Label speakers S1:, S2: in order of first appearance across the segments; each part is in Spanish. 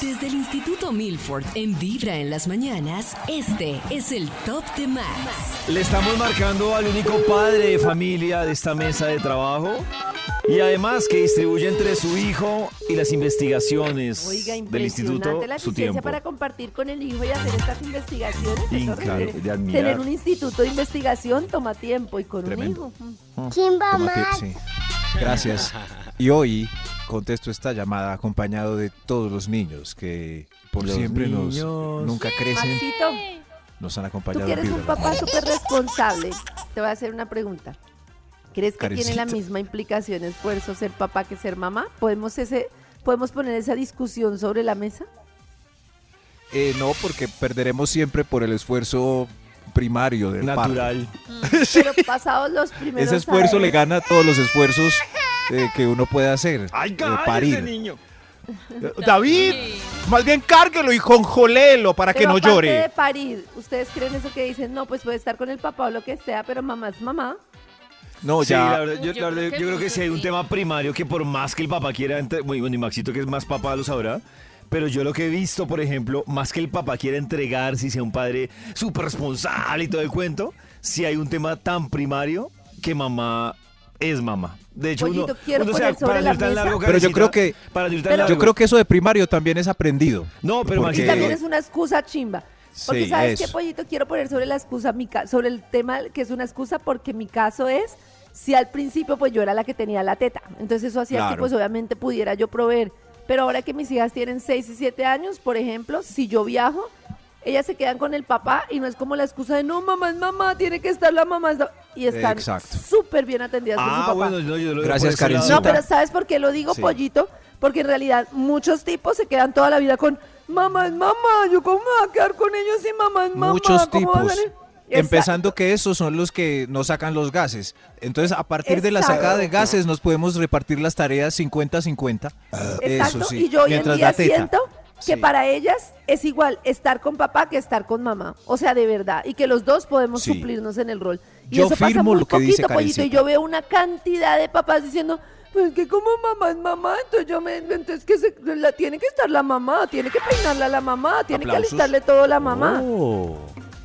S1: Desde el Instituto Milford, en Vibra en las mañanas, este es el Top de Max.
S2: Le estamos marcando al único padre de familia de esta mesa de trabajo y además que distribuye entre su hijo y las investigaciones
S3: Oiga,
S2: del instituto
S3: impresionante la
S2: su
S3: eficiencia
S2: tiempo.
S3: para compartir con el hijo y hacer estas investigaciones. Eso
S2: Increíble,
S3: requiere-
S2: de admirar.
S3: tener un instituto de investigación toma tiempo y con
S4: Tremendo.
S3: un hijo. mm.
S5: Chimba
S4: Toma
S5: Max.
S4: Pepsi. Gracias. Y hoy contesto esta llamada acompañado de todos los niños que por
S2: Los
S4: siempre
S2: niños.
S4: nos nunca crecen,
S3: Maxito,
S4: nos han
S3: tú
S4: acompañado.
S3: que eres
S4: en
S3: un
S4: Vibra.
S3: papá súper responsable, te voy a hacer una pregunta. ¿Crees que tiene la
S4: Karencita.
S3: misma implicación esfuerzo ser papá que ser mamá? ¿Podemos, ese, ¿Podemos poner esa discusión sobre la mesa?
S4: Eh, no, porque perderemos siempre por el esfuerzo primario del padre.
S2: Natural.
S3: Pero pasados los primeros
S4: Ese esfuerzo
S3: años-
S4: le gana a todos los esfuerzos eh, que uno puede hacer. eh,
S2: cállese,
S4: parir.
S2: niño!
S6: David, más bien cárguelo y jonjolelo para que
S3: Pero
S6: no
S3: aparte
S6: llore.
S3: de parir, ¿ustedes creen eso que dicen? No, pues puede estar con el papá o lo que sea, pero mamá es mamá.
S4: No,
S2: Sí, la
S4: ya.
S2: verdad, yo,
S7: Yo
S2: la
S7: creo
S2: verdad,
S7: que
S2: yo creo que
S7: muchos
S2: sí hay un
S7: sí.
S2: tema primario que por más que el papá quiera, entre- muy bueno, y Maxito que es más papá lo sabrá, pero yo lo que he visto, por ejemplo, más que el papá quiera entregarse y sea un padre súper responsable y todo el cuento, si hay un tema tan primario que mamá es mamá. De hecho, uno,
S3: Pollito, quiero
S2: uno se da-
S3: poner sobre
S2: para
S3: la
S2: decir tan
S3: mesa-
S2: largo,
S4: Pero yo
S2: Karencita,
S4: creo que-
S2: para decir tan
S3: pero-
S2: largo.
S4: Yo creo que eso de primario también es aprendido.
S2: No, pero
S4: Porque-
S3: Y
S2: Maxito,
S3: también
S4: Eh,
S3: es una excusa chimba. Porque
S4: sí,
S3: sabes qué,
S4: eso.
S3: pollito, quiero poner sobre la excusa, mi ca- sobre el tema que es una excusa, porque mi caso es, si al principio pues yo era la que tenía la teta, entonces eso hacía que
S4: Claro.
S3: pues obviamente pudiera yo proveer. Pero ahora que mis hijas tienen 6 y 7 años, por ejemplo, si yo viajo, ellas se quedan con el papá y no es como la excusa de, no, mamá es mamá, tiene que estar la mamá. es la-". Y están
S4: Exacto.
S3: súper bien atendidas por su
S2: Ah,
S3: papá.
S2: bueno, no, yo lo
S4: Gracias,
S2: por ese lado.
S4: Karencita.
S3: No, pero ¿sabes por qué lo digo,
S4: Sí.
S3: pollito? Porque en realidad muchos tipos se quedan toda la vida con mamá es mamá, yo cómo me voy a quedar con ellos y mamá es mamá.
S4: Muchos
S3: ¿cómo va a
S4: tipos.
S3: salir?".
S4: Empezando que esos son los que no sacan los gases. Entonces, a partir de la
S3: Exacto.
S4: sacada de gases, nos podemos repartir las tareas 50-50.
S3: Exacto,
S4: Eso
S3: exacto,
S4: sí.
S3: Y yo hoy en
S4: Mientras
S3: día
S4: la teta.
S3: siento que
S4: Sí.
S3: para ellas es igual estar con papá que estar con mamá. O sea, de verdad. Y que los dos podemos
S4: Sí.
S3: suplirnos en el rol. Y
S4: Yo
S3: eso pasa
S4: firmo
S3: muy
S4: lo que
S3: poquito,
S4: dice
S3: pollito. Y
S4: Karencita.
S3: yo veo una cantidad de papás diciendo... Pues que como mamá es mamá, entonces yo me, entonces que se- la tiene que estar la mamá, tiene que peinarla la mamá, tiene
S4: Aplausos.
S3: que alistarle todo la mamá.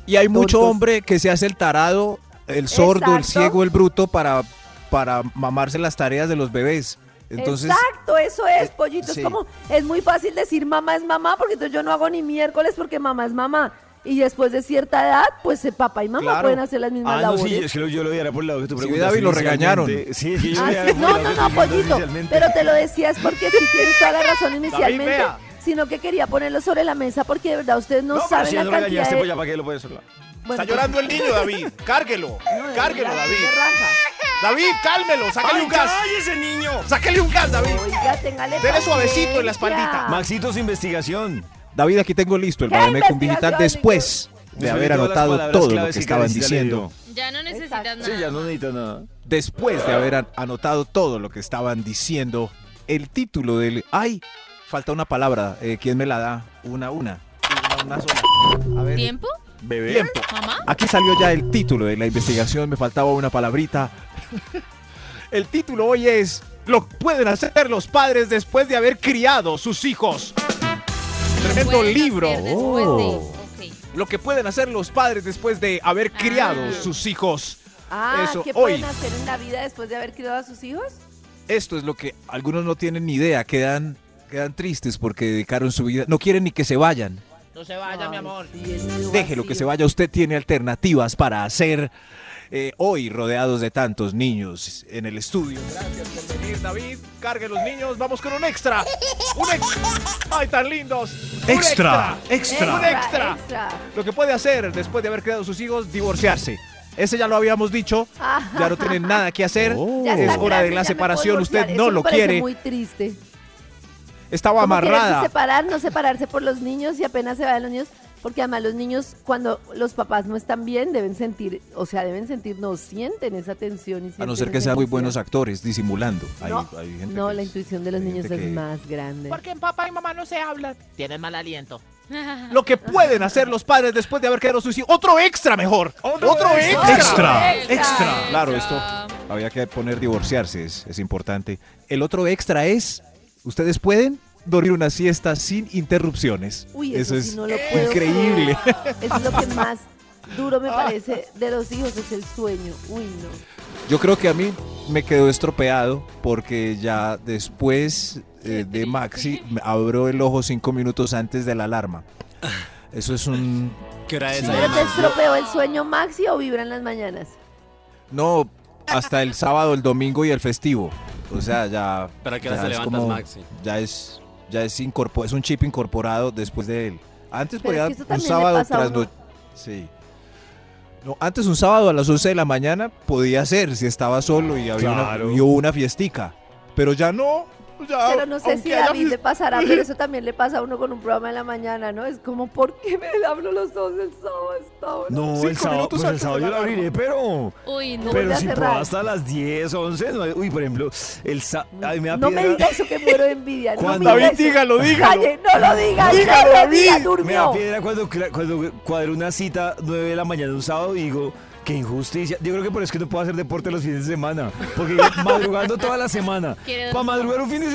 S4: Y hay mucho
S3: Tontos.
S4: hombre que se hace el tarado, el sordo, el
S3: Exacto.
S4: ciego, el bruto para, para mamarse las tareas de los bebés. Entonces,
S3: Exacto, eso es,
S4: eh,
S3: pollito.
S4: sí.
S3: Es como, es muy fácil decir mamá es mamá, porque entonces yo no hago ni miércoles porque mamá es mamá. Y después de cierta edad, pues eh, papá y mamá
S4: Claro.
S3: pueden hacer las mismas
S2: Ah, no,
S3: labores.
S2: sí, es que lo- yo lo viera por el lado que tú
S4: Sí,
S2: preguntas.
S4: David, lo
S2: inicialmente.
S4: regañaron.
S2: Sí, es que yo
S3: Ah,
S2: lo
S3: sí.
S2: veía por el
S3: No,
S2: lado que tú
S3: no, no,
S2: preguntas
S3: pollito.
S2: inicialmente.
S3: Pero te lo decía es porque si tienes toda la razón inicialmente,
S6: vea.
S3: sino que quería ponerlo sobre la mesa porque de verdad ustedes no,
S2: No, pero
S3: saben
S2: si ya
S3: la
S2: lo
S3: cantidad
S2: regañaste,
S3: de...
S2: pues ya para qué lo puedes hablar.
S3: Bueno,
S6: Está llorando el niño, David. Cárguelo.
S3: no, de
S6: Cárguelo,
S3: verdad,
S6: David.
S3: qué raja.
S6: David, cálmelo. Sácale un gas.
S2: ese niño!
S6: Sácale un gas, David.
S3: Oiga, téngale
S6: Dele suavecito en la espaldita.
S3: paciencia.
S2: Maxito, su investigación.
S4: David, aquí tengo listo el
S3: ¿Qué
S4: Bademecum digital
S3: investigación,
S4: después de
S2: Sobre
S4: haber
S2: todas las
S4: anotado
S2: palabras
S4: todo lo
S2: claves
S4: que estaban
S2: Karencita le
S4: diciendo.
S7: Ya no necesitas
S3: Exacto.
S7: nada.
S2: dio. Sí, ya no necesitas nada.
S4: después de haber an- anotado todo lo que estaban diciendo, el título del... ¡Ay! Falta una palabra. eh, ¿Quién me la da? Una, una. Una, una sola. A ver.
S7: ¿Tiempo?
S2: Bebé.
S4: Tiempo.
S7: ¿Mamá?
S4: Aquí salió ya el título de la investigación. Me faltaba una palabrita. El título hoy es... Lo pueden hacer los padres después de haber criado sus hijos. Tremendo
S7: Pueden hacer
S4: libro.
S7: después de-
S4: Oh.
S7: Ok.
S4: Lo que pueden hacer los padres después de haber criado
S7: Ah.
S4: sus hijos.
S3: Ah,
S4: Eso,
S3: ¿qué
S4: hoy.
S3: pueden hacer en la vida después de haber criado a sus hijos?
S4: Esto es lo que algunos no tienen ni idea, quedan, quedan tristes porque dedicaron su vida, no quieren ni que se vayan.
S6: No se vaya, mi amor.
S4: Déjelo que se vaya, usted tiene alternativas para hacer eh, hoy rodeados de tantos niños en el estudio. Gracias por venir, David. Cargue los niños, vamos con un extra. Un extra. ¡Ay, tan lindos!
S6: Extra,
S4: extra. Un extra. Lo que puede hacer después de haber criado sus hijos, divorciarse. Ese ya lo habíamos dicho, ya no tienen nada que hacer.
S3: Ya está
S4: es hora
S3: grande,
S4: de
S3: ya
S4: la
S3: me
S4: separación,
S3: puedo
S4: usted
S3: divorciar.
S4: no
S3: Eso
S4: lo
S3: me parece
S4: quiere.
S3: muy triste.
S4: Estaba
S3: Como quererse
S4: amarrada.
S3: separar, no separarse por los niños y apenas se vayan los niños. Porque además los niños, cuando los papás no están bien, deben sentir, o sea, deben sentir, no sienten esa tensión. Y
S4: A no
S3: sienten
S4: ser que
S3: esa
S4: sean muy
S3: angustia.
S4: buenos actores, disimulando. Hay-
S3: No,
S4: hay gente
S3: no,
S4: que
S3: la
S4: es-
S3: intuición de los
S4: hay
S3: niños
S4: gente
S3: es
S4: que-
S3: más grande.
S8: Porque en papá y mamá no se hablan. Tienen mal aliento.
S6: Lo que pueden hacer los padres después de haber quedado suicidio. Otro extra mejor. Otro, extra.
S4: Extra. Claro, esto había que poner divorciarse, es, es importante. El otro extra es, ustedes pueden dormir una siesta sin interrupciones.
S3: Uy,
S4: eso,
S3: eso sí
S4: es
S3: no lo puedo
S4: increíble.
S3: Eso es lo que más duro me parece de los hijos, es el sueño. Uy, no.
S4: Yo creo que a mí me quedó estropeado porque ya después eh, de Maxi me abro el ojo cinco minutos antes de la alarma. Eso es un...
S5: ¿Qué hora es
S4: Sí.
S3: ¿Pero
S5: además?
S3: te estropeó el sueño Maxi o vibran las mañanas?
S4: No, hasta el sábado, el domingo y el festivo. O sea, ya...
S5: ¿Para qué hora
S4: ya
S5: te
S4: es
S5: levantas, Maxi?
S4: Ya es, ya es, incorpo- es un chip incorporado después de él. Antes
S3: Pero es
S4: podía
S3: que eso
S4: un
S3: también le
S4: sábado
S3: pasa a
S4: tras
S3: uno.
S4: no- Sí. No, antes un sábado a las 11 de la mañana podía ser si estaba solo y había
S2: Claro.
S4: una, y hubo una fiestica. Pero ya no. ya,
S3: Pero no sé
S4: aunque
S3: si
S4: haya
S3: a mí
S4: fies-
S3: le pasará, pero eso también le pasa a uno con un programa de la mañana, ¿no? Es como, ¿por qué me abro los ojos el sábado a esta hora?
S2: No,
S4: Cinco
S2: el sábado,
S4: minutos
S2: pues el
S4: antes
S2: sábado
S4: de
S2: yo
S4: la
S2: la abriré, pero...
S7: Uy, no.
S2: Pero
S3: vuelve a
S2: si
S3: cerrar.
S2: puedo hasta las 10, 11, no, uy, por ejemplo, el sa ay, me da
S3: No me
S2: piedra-
S3: diga eso que muero de envidia. no
S2: Cuando-
S3: me diga
S6: David,
S3: eso.
S6: dígalo, dígalo.
S3: Calle, no lo digas.
S6: Dígalo,
S3: no lo digas,
S6: David.
S2: Me da
S3: durmió.
S2: piedra cuando, cla- cuando cuadro una cita 9 de la mañana un sábado y digo, qué injusticia. Yo creo que por eso es que no puedo hacer deporte los fines de semana. Porque digo, madrugando toda la semana.
S7: Quiero
S2: Para
S7: dormir.
S2: madrugar un fin de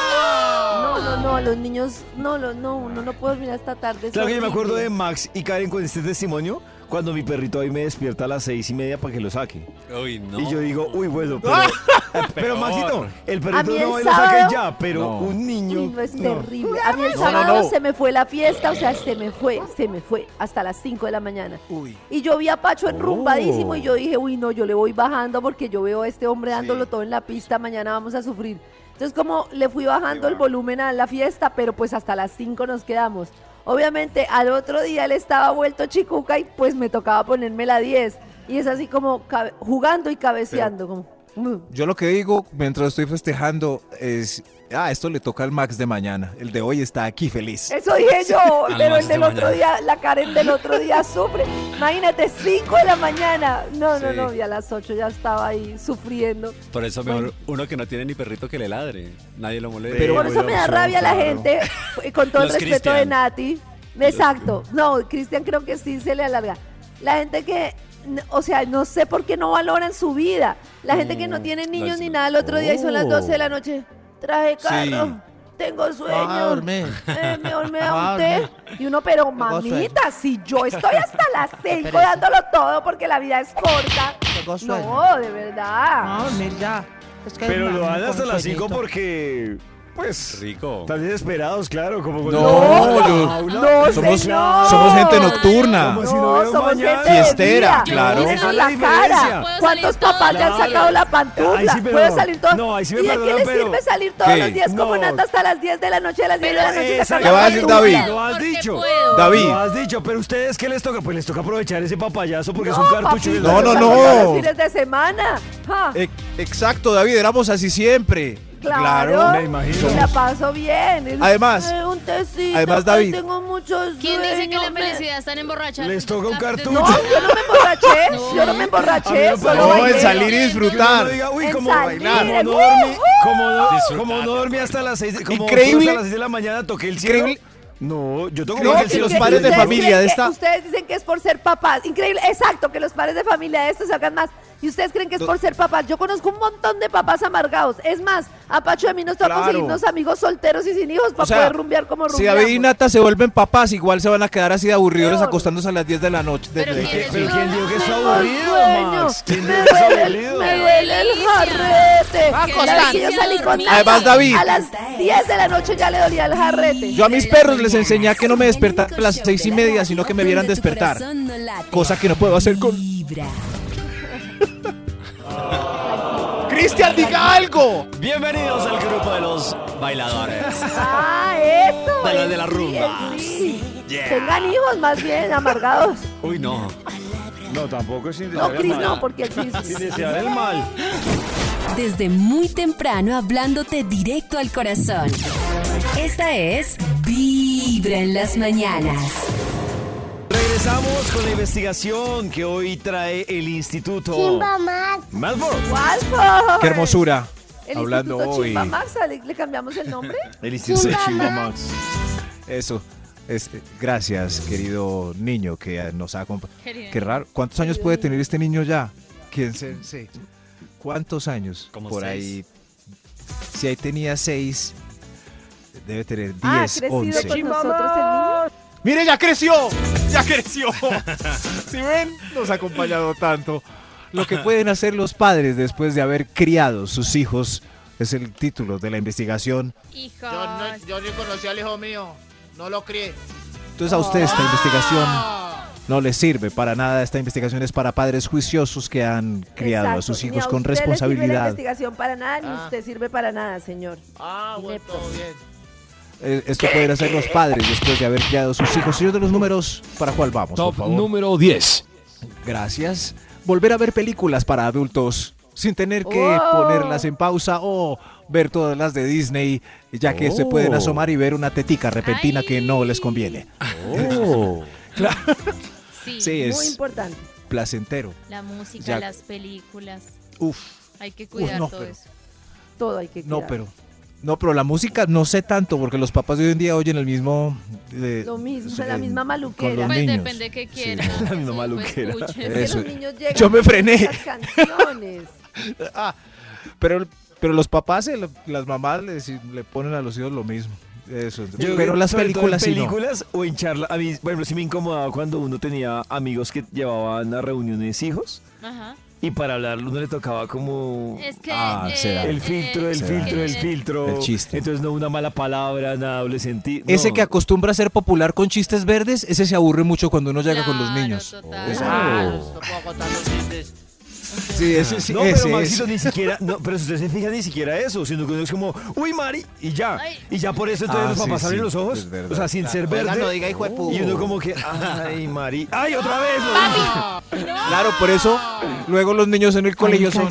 S2: semana.
S3: No, no, no, los niños, no, lo- no, uno no puede dormir hasta tarde. es
S2: Claro que yo me acuerdo de
S3: horrible.
S2: Max y Karen con este testimonio cuando mi perrito ahí me despierta a las seis y media para que lo saque.
S5: Uy, no.
S2: Y yo digo, uy, bueno, pero, pero Maxito, el perrito
S3: mí el
S2: no va y lo saque
S3: sábado-
S2: ya, pero
S4: No.
S2: un niño.
S3: Uy, pues, no, es
S2: no.
S3: terrible. A mí el
S6: No, no,
S3: sábado
S6: no.
S3: se me fue la fiesta, o sea, se me fue, se me fue hasta las 5 de la mañana.
S4: Uy.
S3: Y yo vi a Pacho enrumbadísimo
S2: Oh.
S3: y yo dije, uy, no, yo le voy bajando porque yo veo a este hombre dándolo
S5: Sí.
S3: todo en la pista, mañana vamos a sufrir. Entonces, como le fui bajando el volumen a la fiesta, pero pues hasta las 5 nos quedamos. Obviamente, al otro día él estaba vuelto chicuca y pues me tocaba ponerme la 10. Y es así como cabe- jugando y cabeceando, como... mm.
S4: Yo lo que digo mientras estoy festejando es, ah, esto le toca al Max de mañana. El de hoy está aquí feliz.
S3: Eso dije yo,
S5: Alma,
S3: pero el
S5: hasta
S3: del otro
S5: mañana.
S3: día, la Karen del otro día sufre. Imagínate, 5 de la mañana. No, no,
S4: Sí.
S3: no, y a las 8 ya estaba ahí sufriendo.
S5: Por eso mejor uno que no tiene ni perrito que le ladre. Nadie lo molesta.
S2: Pero-
S3: Por eso me da rabia la gente, eh, con todo el
S5: Los
S3: respeto de
S5: Cristian.
S3: Nati. Exacto. No, Cristian creo que sí se le alarga. La gente que, n- o sea, no sé por qué no valoran su vida. La gente que no tiene niños
S5: es
S3: ni
S5: verdad.
S3: nada el otro día y son las
S2: Oh.
S3: 12 de la noche. Traje carro,
S4: Sí.
S3: tengo sueño. Eh, mejor me da un té. Y uno, pero mamita, si yo estoy hasta las 5 dándolo todo porque la vida es corta. No, de
S4: Ah,
S3: verdad.
S2: Pero lo dan hasta las 5 porque. Pues.
S5: Rico.
S2: Están desesperados, claro. Como con-
S4: No, yo-
S3: No,
S4: somos,
S3: señor.
S4: somos gente nocturna.
S2: Como si no hubiera un
S3: somos
S2: mañana.
S3: gente de
S4: Fiestera,
S3: vida.
S4: claro.
S3: Miren
S2: Esa es
S3: la
S2: la
S3: cara.
S2: diferencia.
S7: Puedo
S3: ¿Cuántos
S7: salir todos
S3: papás ya han
S2: los días.
S3: sacado la
S2: Ahí
S3: pantufla?
S2: sí me
S3: Pueden
S2: perdonan.
S3: salir todos.
S2: No, ahí sí me
S3: ¿Y de qué
S2: perdonan,
S3: les
S2: pero-
S3: sirve salir todos
S4: ¿Qué?
S3: los días
S2: No.
S3: como Nata hasta las 10 de la noche, a las 10 de la noche
S2: Esa-
S3: sacando
S4: ¿Qué va a decir
S3: pantufla?
S4: David?
S7: Lo
S2: Lo has dicho.
S4: David.
S2: Lo has dicho, pero ustedes qué les toca? Pues les toca aprovechar ese papayazo porque es
S3: No,
S2: un cartucho.
S3: papi,
S2: y-
S4: No, no,
S3: sacando
S4: no.
S3: todos Los fines de semana. Ja.
S4: E- Exacto, David, éramos así siempre.
S3: Claro,
S2: me imagino.
S3: Y la paso bien.
S4: Además-
S3: Eh, un tecito,
S4: además,
S3: ay,
S4: David.
S3: tengo muchos
S7: ¿Quién dice que la felicidad está en emborrachar?
S2: Les toca un
S7: La-
S2: cartucho.
S3: No, yo no me emborraché,
S7: No.
S3: yo no me emborraché,
S2: A mí me
S3: solo
S2: No,
S4: No,
S3: bailé.
S4: en salir y
S2: Que uno no
S4: disfrutar.
S2: diga, uy,
S3: En
S2: como
S3: salir,
S2: bailar. Como no
S3: uh,
S2: dormí,
S3: uh.
S2: como no,
S5: Disfrutar.
S2: como no dormí hasta las 6 de, como
S4: Increíble.
S2: hasta las seis de la mañana toqué el cielo.
S4: Increíble.
S2: No, yo toco
S4: No,
S2: más
S4: que
S2: el cielo.
S4: los
S3: Increíble.
S4: padres de
S3: Ustedes
S4: familia
S3: creen
S4: de
S3: que-
S4: esta-
S3: Ustedes dicen que es por ser papás. Increíble, exacto, que los padres de familia de estos sacan más. Y ustedes creen que es
S4: No.
S3: por ser papás. Yo conozco un montón de papás amargados. Es más, a Pacho de mí nos toca
S4: Claro.
S3: conseguirnos amigos solteros y sin hijos para
S4: O sea,
S3: poder rumbear como
S4: Si
S3: rumbeamos.
S4: David y Nata se vuelven papás, igual se van a quedar así de aburridores
S3: Peor.
S4: acostándose a las 10 de la noche.
S7: Pero
S4: Desde-
S7: ¿quién es
S2: Pero
S7: uno?
S2: ¿quién dijo que es
S3: Tengo
S2: aburrido,
S3: sueño,
S2: Max? ¿Quién
S3: me
S2: dijo que es
S3: duele,
S2: aburrido?
S3: Me duele el
S7: Delicia.
S3: jarrete.
S7: Va a
S3: La
S7: costar.
S3: vez que yo salí con
S7: Dormir.
S3: Nata,
S4: Además, David.
S3: A las 10 de la noche ya le dolía el jarrete.
S4: Yo a mis perros les enseñé a que no me despertaran a las seis y media, sino que me vieran despertar. Cosa que no puedo hacer con-
S1: Vibra.
S6: Cristian, diga algo.
S5: Bienvenidos al grupo de los bailadores.
S3: Ah, eso.
S5: De la-
S3: el
S5: de la
S3: sí,
S5: rumba.
S3: el sí. Tengan hijos más bien, amargados.
S5: Uy, no.
S2: No, tampoco es sin
S3: No,
S2: desear el
S3: Cris
S2: mal.
S3: no, porque el Cris.
S2: Sin desear el mal.
S1: Desde muy temprano hablándote directo al corazón. Esta es Vibra en las mañanas.
S2: Comenzamos con la investigación que hoy trae el Instituto
S9: Chimbamax.
S2: Malford.
S3: ¡Guasco!
S4: Qué hermosura.
S3: El
S4: Hablando
S3: Instituto
S4: hoy.
S3: Chimbamax, ¿le, le cambiamos el nombre?
S2: El Instituto
S9: Chimbamax.
S2: Chimbamax.
S4: Eso. Es, gracias, querido niño que eh, nos ha acompañado.
S7: Querido.
S4: Qué raro. ¿Cuántos años puede tener este niño ya? ¿Quién se, sí. ¿Cuántos años?
S5: Como
S4: Por ahí.
S5: seis.
S4: Si ahí tenía seis, debe tener
S3: ah,
S4: diez,
S3: crecido
S4: once.
S3: con nosotros el niño.
S6: Mire, ya creció. Ya creció.
S4: Si ven, nos ha acompañado tanto. Lo que pueden hacer los padres después de haber criado sus hijos es el título de la investigación.
S7: Hijos.
S8: Yo no, yo no conocí al hijo mío. No lo crié.
S4: Entonces a usted esta investigación
S6: Ah.
S4: no le sirve para nada. Esta investigación es para padres juiciosos que han criado
S3: Exacto,
S4: a sus
S3: ni
S4: hijos con
S3: usted le sirve la
S4: responsabilidad.
S3: investigación para nada, ni
S8: Ah.
S3: usted sirve para nada, señor.
S8: Ah, bueno,
S3: Inepto.
S8: todo bien.
S4: Eh, Esto pueden hacer los padres después de haber criado a sus hijos. Señor de los números, ¿para cuál vamos? por favor?
S5: número 10.
S4: Gracias. Volver a ver películas para adultos sin tener que
S3: Oh.
S4: ponerlas en pausa o ver todas las de Disney, ya que se pueden
S3: Oh.
S4: asomar y ver una tetica repentina que no les conviene.
S5: Oh.
S7: Sí.
S4: Sí,
S3: Muy
S4: es
S3: importante.
S4: placentero.
S7: La música,
S4: Ya.
S7: las películas.
S4: Uf,
S7: Hay que
S4: Uy,
S7: cuidar
S4: no,
S7: todo
S4: pero-
S7: eso.
S3: Todo hay que
S4: no,
S3: cuidar.
S4: pero no, pero la música no sé tanto porque los papás de hoy en día oyen el mismo eh,
S3: Lo mismo,
S4: eh,
S3: la misma
S4: con
S3: maluquera.
S4: los
S7: Pues
S4: niños.
S7: depende pues, que
S4: Sí.
S7: quieran.
S2: La misma
S7: Eso,
S2: maluquera.
S7: escuchen.
S3: Es que
S4: Eso.
S3: los niños llegan
S4: Yo me
S3: con
S4: frené.
S3: esas canciones.
S4: Ah, Pero, pero los papás, y la- las mamás le, deci- le ponen a los hijos lo mismo. Eso.
S2: Yo-
S4: pero las
S2: sobre todo en
S4: películas sí no.
S2: películas o en charla. A mí, por ejemplo, sí me incomodaba cuando uno tenía amigos que llevaban a reuniones hijos
S7: Ajá.
S2: y para hablar uno le tocaba como
S7: Es que.
S4: Ah,
S7: eh,
S4: será.
S2: el filtro, el
S7: eh,
S2: filtro, el
S7: eh,
S2: filtro.
S4: El chiste.
S2: Entonces no una mala palabra, nada doble sentido.
S4: Ese
S2: no.
S4: que acostumbra a ser popular con chistes verdes, ese se aburre mucho cuando uno llega con los
S7: Claro,
S4: niños.
S7: total.
S4: Ese-
S8: Ah, no puedo contar los chistes.
S4: Sí, ese sí,
S2: No,
S4: ese,
S2: pero Maxito
S4: ese.
S2: ni siquiera, no, pero si ustedes se fijan ni siquiera eso, sino que uno es como, uy Mari, y ya,
S7: Ay.
S2: y ya por eso entonces
S4: Ah,
S2: los
S4: sí,
S2: papás abren
S4: sí,
S2: los ojos,
S4: es verdad.
S2: o sea, sin ser
S8: Oiga,
S2: verde,
S8: no diga hijo de pu-
S2: y uno como que, ay Mari, ay otra vez, lo dije.
S4: Claro, por eso luego los niños en el colegio son.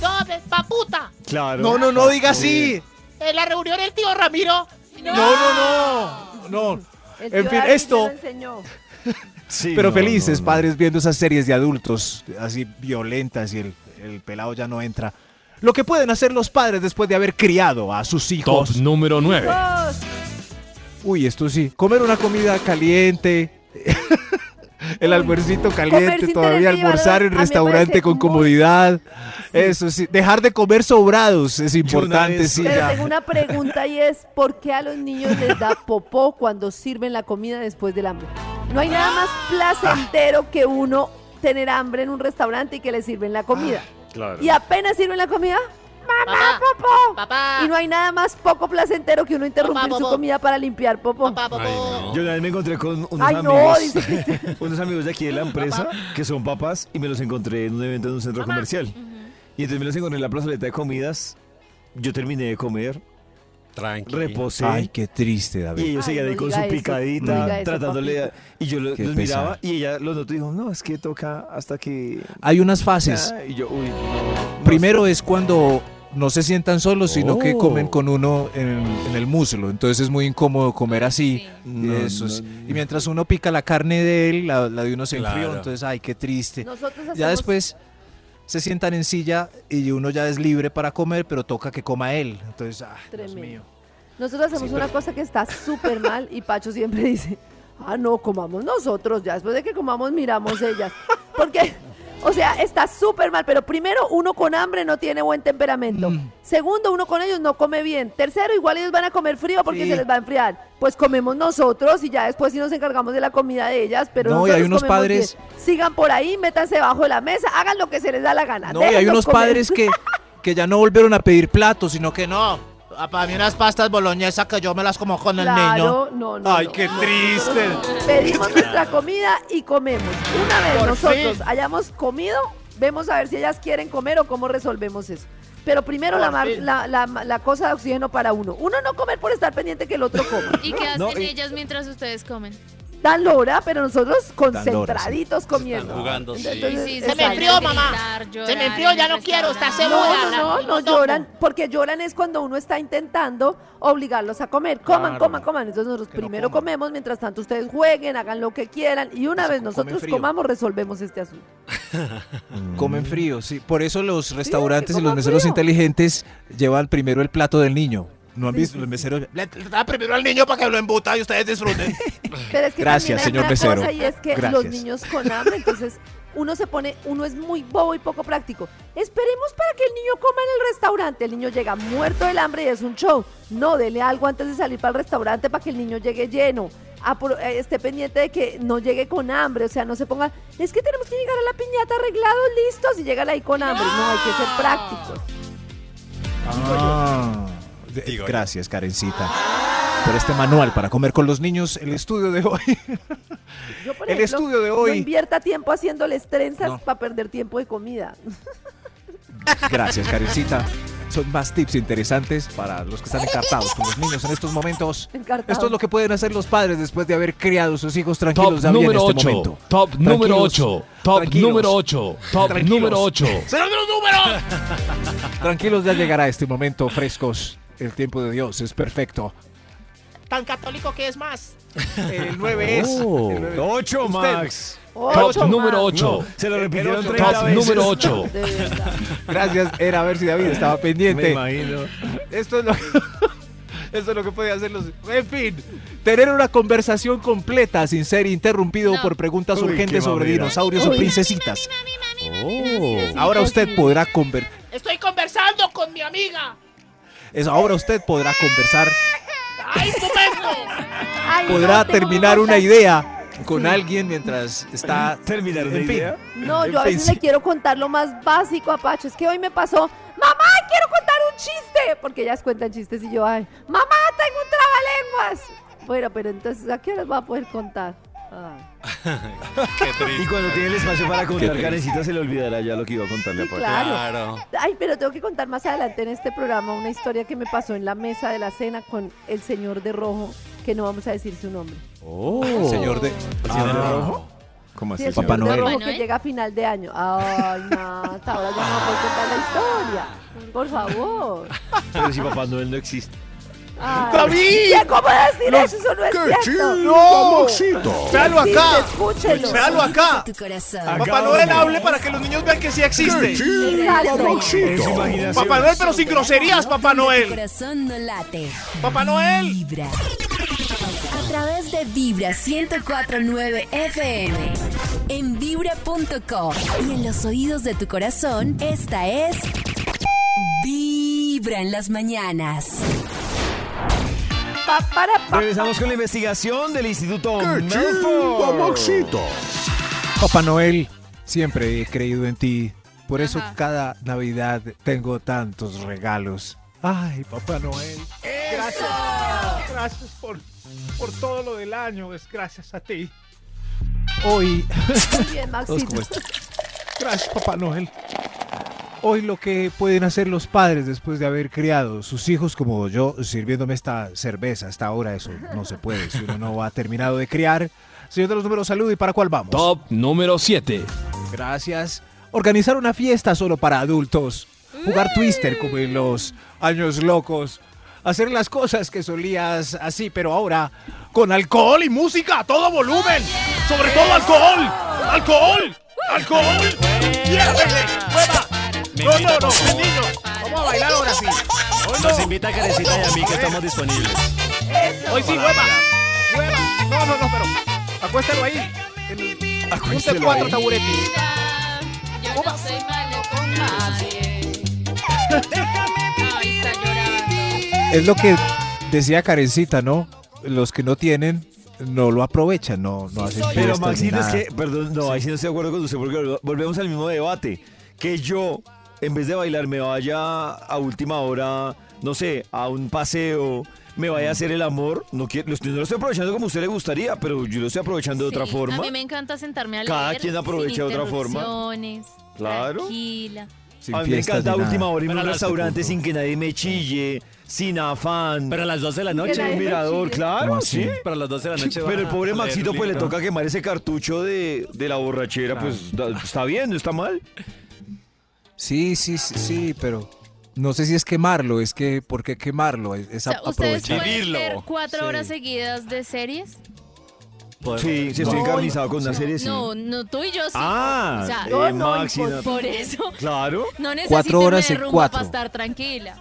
S8: No, paputa.
S2: claro,
S4: No, no, no diga así.
S8: En la reunión del tío Ramiro.
S4: No, no, no. No.
S3: El
S4: En
S3: tío
S4: fin,
S3: David me
S4: esto.
S3: lo enseñó.
S2: Sí,
S4: Pero
S2: no,
S4: felices,
S2: no, no.
S4: padres viendo esas series de adultos así violentas y el, el pelado ya no entra. Lo que pueden hacer los padres después de haber criado a sus hijos.
S5: número 9.
S3: Dos.
S4: Uy, esto sí. Comer una comida caliente. El almuercito
S3: comer
S4: caliente,
S3: sin
S4: todavía
S3: tener que llevar
S4: almorzar
S3: a- a
S4: en
S3: mí me
S4: restaurante
S3: parece
S4: con
S3: muy-
S4: comodidad. Eso sí. Dejar de comer sobrados es importante,
S2: vez-
S4: sí.
S3: Pero
S4: ya.
S3: tengo una pregunta y es, ¿por qué a los niños les da popó cuando sirven la comida después del hambre? No hay nada más
S4: Ah.
S3: placentero que uno tener hambre en un restaurante y que le sirven la comida.
S4: Ah,
S5: Claro.
S3: Y apenas sirven la comida,
S8: Papá,
S3: popó.
S8: papá.
S3: Y no hay nada más poco placentero que uno interrumpir su
S8: Papá, Ah. popó.
S3: comida para limpiar popó.
S8: Papá, popó.
S5: Ay, no.
S2: Yo una vez me encontré con unos
S3: Ay, no,
S2: amigos,
S3: dice
S2: unos amigos de aquí de la empresa, que son papás, y me los encontré en un evento en un centro comercial, y entonces me los encontré en la plazoleta de comidas, yo terminé de comer,
S5: Tranqui.
S2: reposé,
S4: Ay, qué triste,
S2: Y
S4: David.
S2: ellos
S3: Ay,
S2: seguían ahí
S3: no
S2: con
S3: diga
S2: su
S3: eso,
S2: picadita,
S3: no diga eso,
S2: tratándole. a- y yo lo-
S4: Qué
S2: los
S4: pesar.
S2: miraba y ella los notó y dijo, no, es que toca hasta que...
S4: Hay unas fases.
S2: Ah, y yo, uy. no
S4: Primero es cuando no se sientan solos, sino que
S2: Oh.
S4: comen con uno en, en el muslo. Entonces es muy incómodo comer así.
S7: Sí.
S2: No,
S4: Eso
S2: no,
S4: sí.
S2: no.
S4: Y mientras uno pica la carne de él, la, la de uno se enfrió.
S5: Claro.
S4: Entonces, ay, qué triste.
S3: Nosotros hacemos
S4: Ya después se sientan en silla y uno ya es libre para comer, pero toca que coma él. Entonces, ah, Dios
S3: Tremendo.
S4: mío.
S3: Nosotros hacemos una cosa que está súper mal y Pacho siempre dice, ah, no, comamos nosotros, ya después de que comamos miramos ellas. Porque, o sea, está súper mal, pero primero, uno con hambre no tiene buen temperamento.
S4: Mm.
S3: Segundo, uno con ellos no come bien. Tercero, igual ellos van a comer frío porque
S4: Sí.
S3: se les va a enfriar. Pues comemos nosotros y ya después sí nos encargamos de la comida de ellas, pero
S4: No, y hay
S3: nosotros
S4: unos
S3: comemos
S4: padres-
S3: bien. Sigan por ahí, métanse bajo de la mesa, hagan lo que se les da la gana.
S4: No, y hay
S3: déjenlos
S4: unos
S3: comer.
S4: padres que, que ya no volvieron a pedir platos, sino que no. Ah,
S8: No, para mí unas pastas boloñesas que yo me las como con el niño.
S3: Claro, no, no.
S6: Ay,
S3: no,
S6: qué
S3: no.
S6: triste.
S3: Pedimos nuestra comida y comemos. Una vez
S8: Por
S3: nosotros
S8: fin.
S3: hayamos comido, vemos a ver si ellas quieren comer o cómo resolvemos eso. Pero primero
S8: Por
S3: la, mar-
S8: fin.
S3: la, la- la cosa de oxígeno para uno. Uno no comer por estar pendiente que el otro coma.
S7: ¿Y qué hacen
S2: No, y-
S7: ellas mientras ustedes comen?
S3: dan lora, pero nosotros
S4: lora, sí.
S3: concentraditos comiendo.
S5: jugando, sí.
S3: Entonces,
S7: Sí, sí,
S8: Se me
S3: exacto.
S8: enfrió, mamá.
S7: Gritar,
S8: se
S7: llorar
S8: me enfrió,
S7: en
S8: ya
S7: el
S8: no quiero, está
S7: restaurante.
S3: No,
S8: cebolla. la-
S3: no, no, no
S8: no.
S3: lloran, porque lloran es cuando uno está intentando obligarlos a comer. Coman, coman, coman. Entonces nosotros primero comemos, mientras tanto ustedes jueguen, hagan lo que quieran y una vez nosotros
S4: frío.
S3: comamos resolvemos este asunto.
S4: Comen frío, sí. Por eso los restaurantes y los
S3: Mm. coman
S4: meseros
S3: frío.
S4: inteligentes llevan primero el plato del niño. ¿No han
S3: Sí,
S4: visto
S3: sí,
S4: los
S3: sí.
S4: meseros?
S8: Le, le da primero al niño para que lo embuta y ustedes disfruten.
S3: Pero es que
S4: Gracias,
S3: también
S4: señor
S3: hay
S4: mesero.
S3: una cosa y es que los
S4: Gracias.
S3: niños con hambre, entonces uno se pone, uno es muy bobo y poco práctico. Esperemos para que el niño coma en el restaurante. El niño llega muerto del hambre y es un show. No, dele algo antes de salir para el restaurante para que el niño llegue lleno. Apro- eh, esté pendiente de que no llegue con hambre, o sea, no se ponga, es que tenemos que llegar a la piñata arreglados, listos, y llegan ahí con hambre. No, hay que ser prácticos.
S4: Ah, de- gracias, Karencita, por este manual para comer con los niños. El estudio de hoy.
S3: Yo, por
S4: El
S3: ejemplo,
S4: estudio de hoy-
S3: No invierta tiempo haciéndoles trenzas
S4: No.
S3: para perder tiempo de comida.
S4: Gracias, Karencita. Son más tips interesantes para los que están encartados con los niños en estos momentos.
S3: Encartados.
S4: Esto es lo que pueden hacer los padres después de haber criado a sus hijos tranquilos ya bien en este momento.
S9: Top número
S4: Tranquilos,
S9: 8. Top
S4: tranquilos,
S9: número 8. Top
S4: Tranquilos.
S9: número 8.
S8: ¡Serán los números!
S4: Tranquilos, ya llegará este momento, frescos. El tiempo de Dios es perfecto.
S8: Tan católico que es más.
S4: El 9 es. el nueve-
S2: Ocho,
S4: Usted. Eh,
S2: Max.
S9: Top
S3: Ocho
S9: número
S3: más.
S9: 8.
S2: Se lo repitieron
S4: ocho.
S2: 30
S9: Top
S2: veces.
S9: número 8.
S3: De verdad.
S4: Gracias, era a ver si David estaba
S2: Me
S4: pendiente.
S2: imagino.
S4: Esto es lo Esto es lo que puede hacer los... En fin, tener una conversación completa sin ser interrumpido
S7: No.
S4: por preguntas
S2: Uy, qué
S4: urgentes sobre
S2: mamera.
S4: dinosaurios o
S3: Uy.
S4: princesitas.
S2: Oh.
S4: Ahora usted podrá conver...
S8: Estoy conversando con mi amiga.
S4: es- Ahora usted podrá conversar,
S8: ¡Ay, momento!
S3: Ay,
S4: podrá
S3: no, tengo
S4: terminar una
S3: tantas-
S4: idea con
S3: Sí.
S4: alguien mientras está...
S2: Terminar de
S4: En fin.
S2: idea.
S3: No, yo a veces
S4: Pensé-
S3: le quiero contar lo más básico a Pacho. Es que hoy me pasó, mamá, quiero contar un chiste. Porque ellas cuentan chistes y yo, ay, mamá, tengo un trabalenguas. Bueno, pero entonces, ¿a qué horas va a poder contar? Ay,
S5: Qué
S2: Y
S5: triste.
S2: cuando tiene el espacio para contar,
S4: triste.
S2: Karencita se le olvidará ya lo que iba a contarle
S3: sí,
S2: a Paco.
S3: claro.
S5: Claro.
S3: Ay, pero tengo que contar más adelante en este programa una historia que me pasó en la mesa de la cena con el señor de rojo, que no vamos a decir su nombre.
S4: El Oh. señor de... Ah.
S2: ¿Cómo
S3: Sí,
S2: así?
S3: el
S4: Papá
S3: señor de
S4: Noel.
S3: rojo
S7: Papá
S3: que
S7: Noel.
S3: llega a final de año. Ay, Nata, ahora ya no voy a contar la historia. Por favor.
S2: Pero si Papá Noel no existe.
S3: ¡David! ¿Cómo decir eso? Eso no es cierto.
S8: ¡Véalo
S3: Sí,
S8: acá!
S3: escúchelo.
S8: ¡Véalo acá!
S4: Ah,
S1: Tu corazón.
S8: Papá Noel hable para que los niños vean que sí existe.
S3: Exacto.
S2: En su imaginación.
S8: Papá Noel, pero sin groserías, Papá
S1: Tu
S8: Noel.
S1: corazón no late.
S8: Papá Noel.
S1: Vibra. A través de Vibra 104.9 FM. En vibra.com. Y en los oídos de tu corazón, esta es... Vibra en las mañanas.
S3: Pa, para, pa.
S2: Regresamos con la investigación del Instituto Melford.
S4: Papá Noel, siempre he creído en ti. Por eso
S7: Ajá.
S4: cada Navidad tengo tantos regalos. Ay, Papá Noel.
S6: Gracias por, por todo lo del año, es gracias a ti.
S4: Hoy,
S3: Muy bien, Maxito.
S4: gracias Papá Noel. Hoy lo que pueden hacer los padres después de haber criado sus hijos como yo, sirviéndome esta cerveza hasta ahora, eso no se puede si uno no ha terminado de criar. Señor de los números, salud y para cuál vamos.
S9: Top número 7.
S4: Gracias. Organizar una fiesta solo para adultos. Jugar twister como en los años locos. Hacer las cosas que solías así, pero ahora con alcohol y música a todo volumen. Sobre todo alcohol. Alcohol. Alcohol.
S8: ¡Llévele! ¡Hueva! No, no, no, niños. Vamos a bailar ahora sí. Hoy
S5: Nos
S8: no.
S5: invita Karencita y a mí que estamos disponibles.
S8: Hoy sí, hueva. Hueva. No, no, no, pero acuéstalo ahí. Ponte cuatro taburetes.
S7: Yo no soy malo con nadie. Ay, está llorando.
S4: Es lo que decía Karencita, ¿no? Los que no tienen no lo aprovechan, no, no hacen
S2: Pero
S4: fiestas ni
S2: Maxito, es
S4: nada.
S2: que, perdón, no, ahí sí no estoy de acuerdo con usted porque vol- volvemos al mismo debate. Que yo, en vez de bailar, me vaya a última hora, no sé, a un paseo, me vaya a hacer el amor. No, quiero, lo estoy- no lo estoy aprovechando como a usted le gustaría, pero yo lo estoy aprovechando de otra
S7: Sí,
S2: forma.
S7: A mí me encanta sentarme a leer.
S2: Cada quien aprovecha
S7: sin
S2: de otra forma.
S7: interrupciones,
S2: Claro.
S7: Tranquila.
S4: Sin
S2: a mí me
S4: fiestas
S2: encanta
S4: ni nada.
S2: última hora en
S5: Para
S2: un
S5: las-
S2: restaurante sin que nadie me chille, sin afán.
S5: Pero a las 12 de la
S3: Que
S5: noche.
S3: nadie
S2: un
S3: me
S2: mirador,
S3: chille.
S2: claro,
S4: ¿Cómo
S2: sí.
S4: así?
S5: Pero a las 12 de la noche.
S2: Pero el
S5: va
S2: pobre
S5: a
S2: Maxito
S5: leer
S2: pues le
S5: libro.
S2: toca quemar ese cartucho de, de la borrachera, pues da- está bien, no está mal.
S4: Sí, sí, sí, sí, pero no sé si es quemarlo, es que, ¿por qué quemarlo? Es, es
S7: O sea,
S4: ap-
S7: ¿Ustedes
S4: aprovechar.
S7: pueden
S5: Vivirlo.
S7: ver cuatro
S4: Sí.
S7: horas seguidas de series?
S5: Podemos-
S2: Sí, sí, estoy encarnizado con una serie, sí.
S7: No, no tú y yo sí.
S2: Ah,
S7: o sea,
S3: no,
S2: eh,
S3: no,
S2: Maxi,
S3: imposible.
S7: por eso
S2: claro.
S7: no necesito
S4: Cuatro horas
S7: una
S4: en
S7: rumba
S4: cuatro.
S7: para estar tranquila.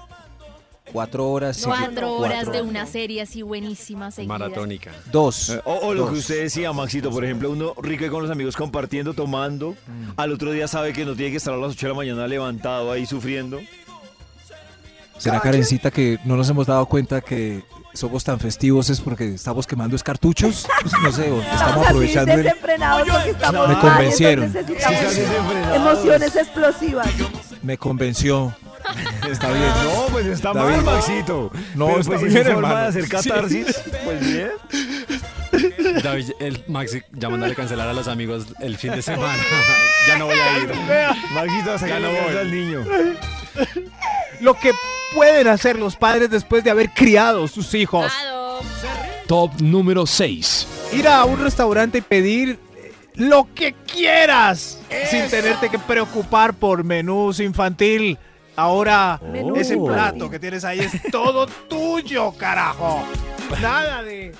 S4: Cuatro horas. sí,
S7: cuatro horas de una
S4: horas.
S7: serie así buenísima seguida.
S5: Maratónica.
S4: Dos.
S2: Eh, O, o lo que
S4: dos.
S2: usted decía, Maxito, por ejemplo, uno rico y con los amigos compartiendo, tomando. Al otro día sabe que no tiene que estar a las 8 de la mañana levantado ahí sufriendo.
S4: ¿Será Karencita que no nos hemos dado cuenta que somos tan festivos es porque estamos quemando escartuchos? Pues no sé, o estamos
S3: Estamos así
S4: aprovechando el...
S3: desenfrenados porque estamos
S4: Me
S3: mal,
S4: convencieron.
S3: entonces
S2: Sí, están
S3: necesitamos
S2: desenfrenados.
S3: emociones explosivas.
S4: Me convenció. Está bien.
S2: No, pues está
S4: Está
S2: mal,
S4: bien.
S2: Maxito.
S4: No,
S2: Pero,
S4: está
S2: pues, si
S4: bien,
S2: es su forma de
S4: hermano.
S2: hacer catarsis, pues bien.
S5: David, el Maxi ya mandándole cancelar a los amigos el fin de semana. ya no voy a ir.
S2: Maxito, hasta que
S5: Ya
S2: no
S5: no voy.
S2: al niño.
S6: Lo que pueden hacer los padres después de haber criado sus hijos.
S7: Claro.
S9: Top número 6.
S6: Ir a un restaurante y pedir eh, lo que quieras sin tenerte que preocupar por menús infantil. Ahora
S3: Menú
S6: ese
S3: infantil.
S6: plato que tienes ahí es todo tuyo, carajo. Nada de